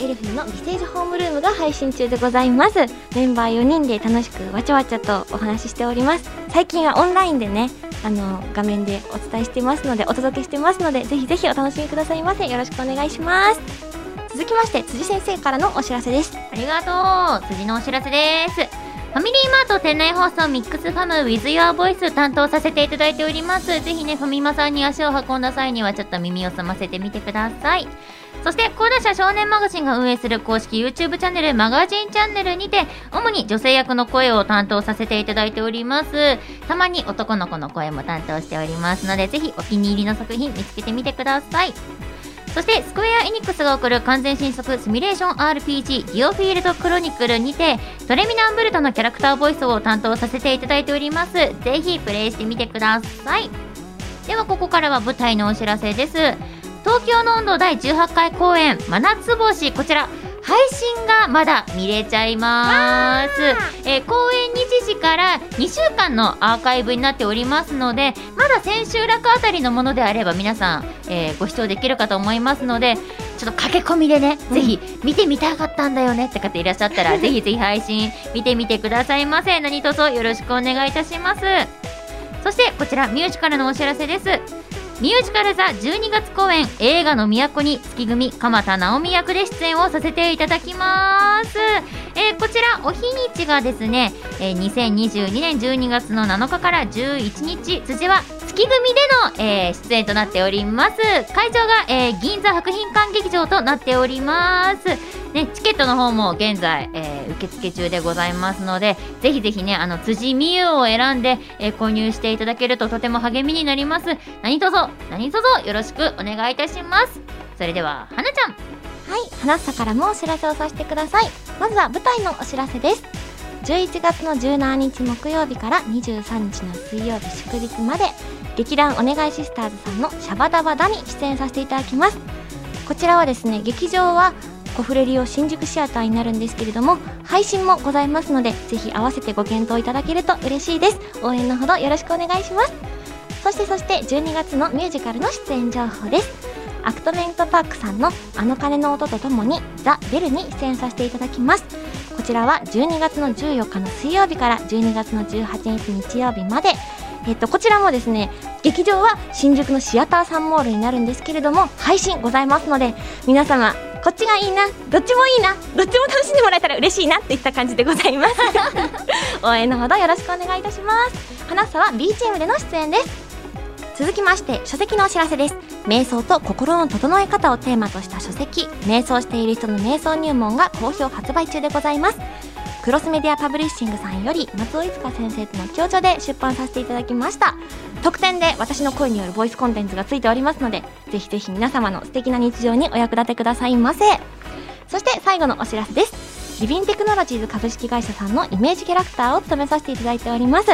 [SPEAKER 2] エルフィンのビセージホームルームが配信中でございますメンバー4人で楽しくわちゃわちゃとお話ししております最近はオンラインでねあの画面でお伝えしてますのでお届けしてますのでぜひぜひお楽しみくださいませよろしくお願いします続きまして辻先生からのお知らせです
[SPEAKER 1] ありがとう辻のお知らせですファミリーマート店内放送ミックスファム WithYourVoice 担当させていただいておりますぜひねファミマさんに足を運んだ際にはちょっと耳を澄ませてみてくださいそして講談社少年マガジンが運営する公式 YouTube チャンネルマガジンチャンネルにて主に女性役の声を担当させていただいておりますたまに男の子の声も担当しておりますのでぜひお気に入りの作品見つけてみてくださいそして、スクエア・エニックスが送る完全新作シミュレーション RPG ディオフィールド・クロニクルにて、トレミナンブルトのキャラクターボイスを担当させていただいております。ぜひプレイしてみてください。では、ここからは舞台のお知らせです。東京の温度第18回公演、真夏星、こちら、配信がまだ見れちゃいます。えー公演日時から2週間のアーカイブになっておりますので、まだ千秋楽あたりのものであれば皆さん、えーご視聴できるかと思いますので、ちょっと駆け込みでね、ぜひ見てみたかったんだよねって方いらっしゃったら、ぜひぜひ配信見てみてくださいませ。何卒よろしくお願いいたします。そしてこちらミュージカルのお知らせです。ミュージカル座12月公演映画の都に月組鎌田直美役で出演をさせていただきます。えーこちらお日にちがですね、えー2022年12月の7日から11日辻は月
[SPEAKER 4] 月組での、えー出演となっております会場が、えー銀座博品館劇場となっておりますね、チケットの方も現在、えー受付中でございますので、ぜひぜひね、あの、辻美優を選んで、えー購入していただけるととても励みになります。何卒、何卒よろしくお願いいたします。それでは、はなちゃん。
[SPEAKER 2] はい、花房からもお知らせをさせてください。まずは舞台のお知らせです。11月の17日木曜日から23日の水曜日祝日まで、劇団お願いシスターズさんのシャバダバダに出演させていただきます。こちらはですね、劇場はコフレリオ新宿シアターになるんですけれども、配信もございますので、ぜひ合わせてご検討いただけると嬉しいです。応援のほどよろしくお願いします。そしてそして12月のミュージカルの出演情報です。アクトメントパークさんの「あの鐘の音」とともに「ザ・ベル」に出演させていただきますこちらは12月の14日の水曜日から12月の18日日曜日までえっと、こちらもですね劇場は新宿のシアターサンモールになるんですけれども配信ございますので皆様こっちがいいなどっちもいいなどっちも楽しんでもらえたら嬉しいなっていった感じでございます応援のほどよろしくお願いいたします花沢 B チームでの出演です続きまして書籍のお知らせです瞑想と心の整え方をテーマとした書籍瞑想している人の瞑想入門が好評発売中でございますクロスメディアパブリッシングさんより松尾いつか先生との協調で出版させていただきました特典で私の声によるボイスコンテンツがついておりますのでぜひぜひ皆様の素敵な日常にお役立てくださいませそして最後のお知らせですリビンテクノロジーズ株式会社さんのイメージキャラクターを務めさせていただいております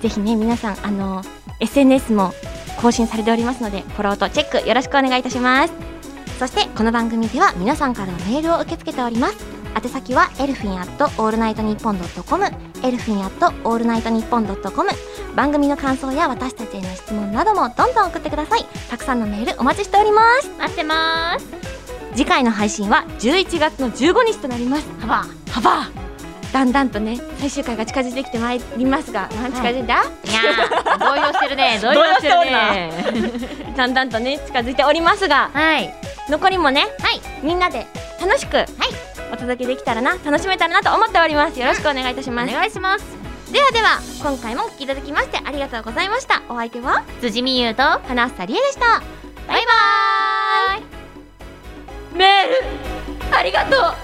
[SPEAKER 2] ぜひね皆さんあの SNS も更新されておりますのでフォローとチェックよろしくお願いいたしますそしてこの番組では皆さんからのメールを受け付けております宛先はエルフィンアットオールナイトニッポンドットコムエルフィンアットオールナイトニッポンドットコム番組の感想や私たちへの質問などもどんどん送ってくださいたくさんのメールお待ちしております
[SPEAKER 4] 待ってます。
[SPEAKER 2] 次回の配信は11月の15日となります
[SPEAKER 4] はば。
[SPEAKER 2] 幅だんだんとね最終回が近づいてきてまいりますがなん近づいた、
[SPEAKER 4] いや ー、動揺してるね。動揺してるね。
[SPEAKER 2] だんだんとね近づいておりますが
[SPEAKER 4] はい。
[SPEAKER 2] 残りもね、
[SPEAKER 4] はい
[SPEAKER 2] みんなで楽しく、お届けできたらな楽しめたらなと思っておりますよろしくお願いいたし
[SPEAKER 4] お
[SPEAKER 2] ます、
[SPEAKER 4] 願いします。
[SPEAKER 2] ではでは今回もお聞きいただきましてありがとうございましたお相手は
[SPEAKER 4] 辻美優と、バイ
[SPEAKER 2] 花房理恵でした
[SPEAKER 4] バーイ
[SPEAKER 2] メールありがとう